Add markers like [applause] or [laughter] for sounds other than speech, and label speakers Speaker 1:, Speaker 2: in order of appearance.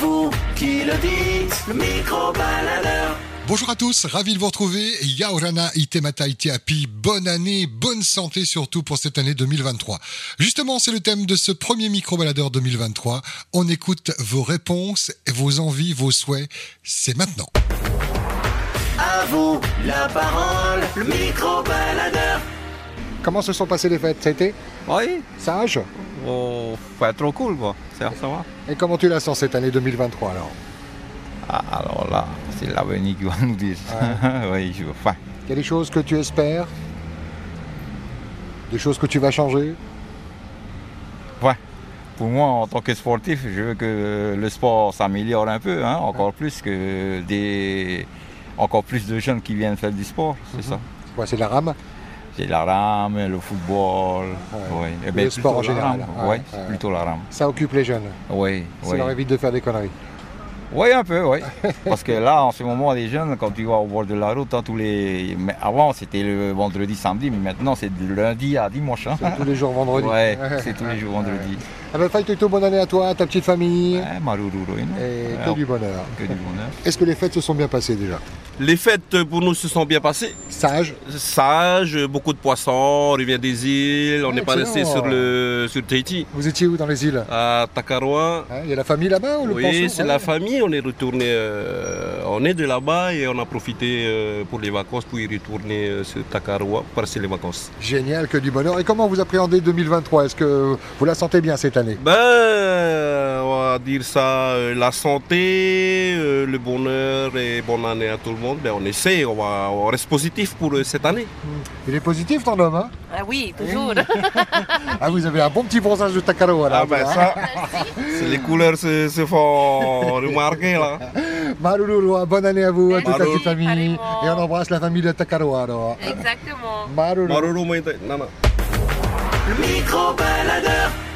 Speaker 1: vous qui le dites, le micro-baladeur.
Speaker 2: Bonjour à tous, ravi de vous retrouver. Yaurana Itemata Iteapi, bonne année, bonne santé surtout pour cette année 2023. Justement, c'est le thème de ce premier micro-baladeur 2023. On écoute vos réponses, vos envies, vos souhaits. C'est maintenant.
Speaker 1: À vous la parole, le micro-baladeur.
Speaker 3: Comment se sont passées les fêtes Ça a été
Speaker 4: Oui,
Speaker 3: sage
Speaker 4: oh, faut être trop cool quoi, c'est ça va.
Speaker 3: Et comment tu la sens cette année 2023 alors
Speaker 4: Ah, alors là, c'est l'avenir qui va nous dire. [laughs] oui, je veux pas.
Speaker 3: Il y a des choses que tu espères Des choses que tu vas changer
Speaker 4: Pour moi, en tant que sportif, je veux que le sport s'améliore un peu, hein, encore plus que des, encore plus de jeunes qui viennent faire du sport, c'est ça.
Speaker 3: Ouais, C'est de la rame.
Speaker 4: C'est la rame, le football, oui. Eh ben,
Speaker 3: Le sport en
Speaker 4: plutôt la
Speaker 3: général, hein.
Speaker 4: rame,
Speaker 3: ouais,
Speaker 4: oui,
Speaker 3: ouais.
Speaker 4: plutôt la rame.
Speaker 3: Ça occupe les jeunes.
Speaker 4: Oui,
Speaker 3: Ça
Speaker 4: oui.
Speaker 3: leur évite de faire des conneries.
Speaker 4: Oui, un peu, oui. [laughs] Parce que là, en ce moment, les jeunes, quand tu vas au bord de la route, hein, tous les... mais avant c'était le vendredi, samedi, mais maintenant c'est du lundi à dimanche. hein.
Speaker 3: C'est tous les jours vendredi. [laughs]
Speaker 4: Ouais, c'est tous les jours vendredi. Eh,
Speaker 3: Ah ben, Fai Tuto, bonne année à toi, à ta petite famille.
Speaker 4: Ouais, Maruru, oui, non
Speaker 3: Et que
Speaker 4: Alors,
Speaker 3: du bonheur.
Speaker 4: que du bonheur.
Speaker 3: Est-ce que les fêtes se sont bien passées déjà
Speaker 5: Les fêtes euh, pour nous se sont bien passées.
Speaker 3: Sage
Speaker 5: Sage, beaucoup de poissons, on revient des îles, on
Speaker 3: Ah,
Speaker 5: n'est pas resté
Speaker 3: excellent.
Speaker 5: sur, le, sur Tahiti.
Speaker 3: Vous étiez où dans les îles
Speaker 5: À Takaroa,
Speaker 3: Hein, Il y a la famille là-bas ou le
Speaker 5: oui,
Speaker 3: pension
Speaker 5: c'est
Speaker 3: Ouais.
Speaker 5: la famille, on est retourné, euh, on est de là-bas et on a profité euh, pour les vacances pour y retourner euh, sur Takaroa, passer les vacances.
Speaker 3: Génial, que du bonheur. Et comment vous appréhendez 2023 Est-ce que vous la sentez bien cette année
Speaker 5: Ben, euh, on va dire ça, euh, la santé, euh, le bonheur et bonne année à tout le monde. Ben, on essaie, on, va, on reste positif pour euh, cette année.
Speaker 3: Il est positif ton homme, hein
Speaker 6: Ah oui, toujours.
Speaker 3: Ah, vous avez un bon petit bronzage de Takaro, là.
Speaker 5: Ah ben ça, [laughs] c'est- les couleurs se, se font remarquer là.
Speaker 3: Marulurua, bonne année à vous, à toute la
Speaker 5: Marulu.
Speaker 3: petite famille.
Speaker 6: Allez,
Speaker 3: Et on embrasse la famille de Takaro, alors.
Speaker 6: [laughs] Exactement.
Speaker 3: Marulu.
Speaker 5: Maruru, moi, non, non.
Speaker 1: Le micro-baladeur.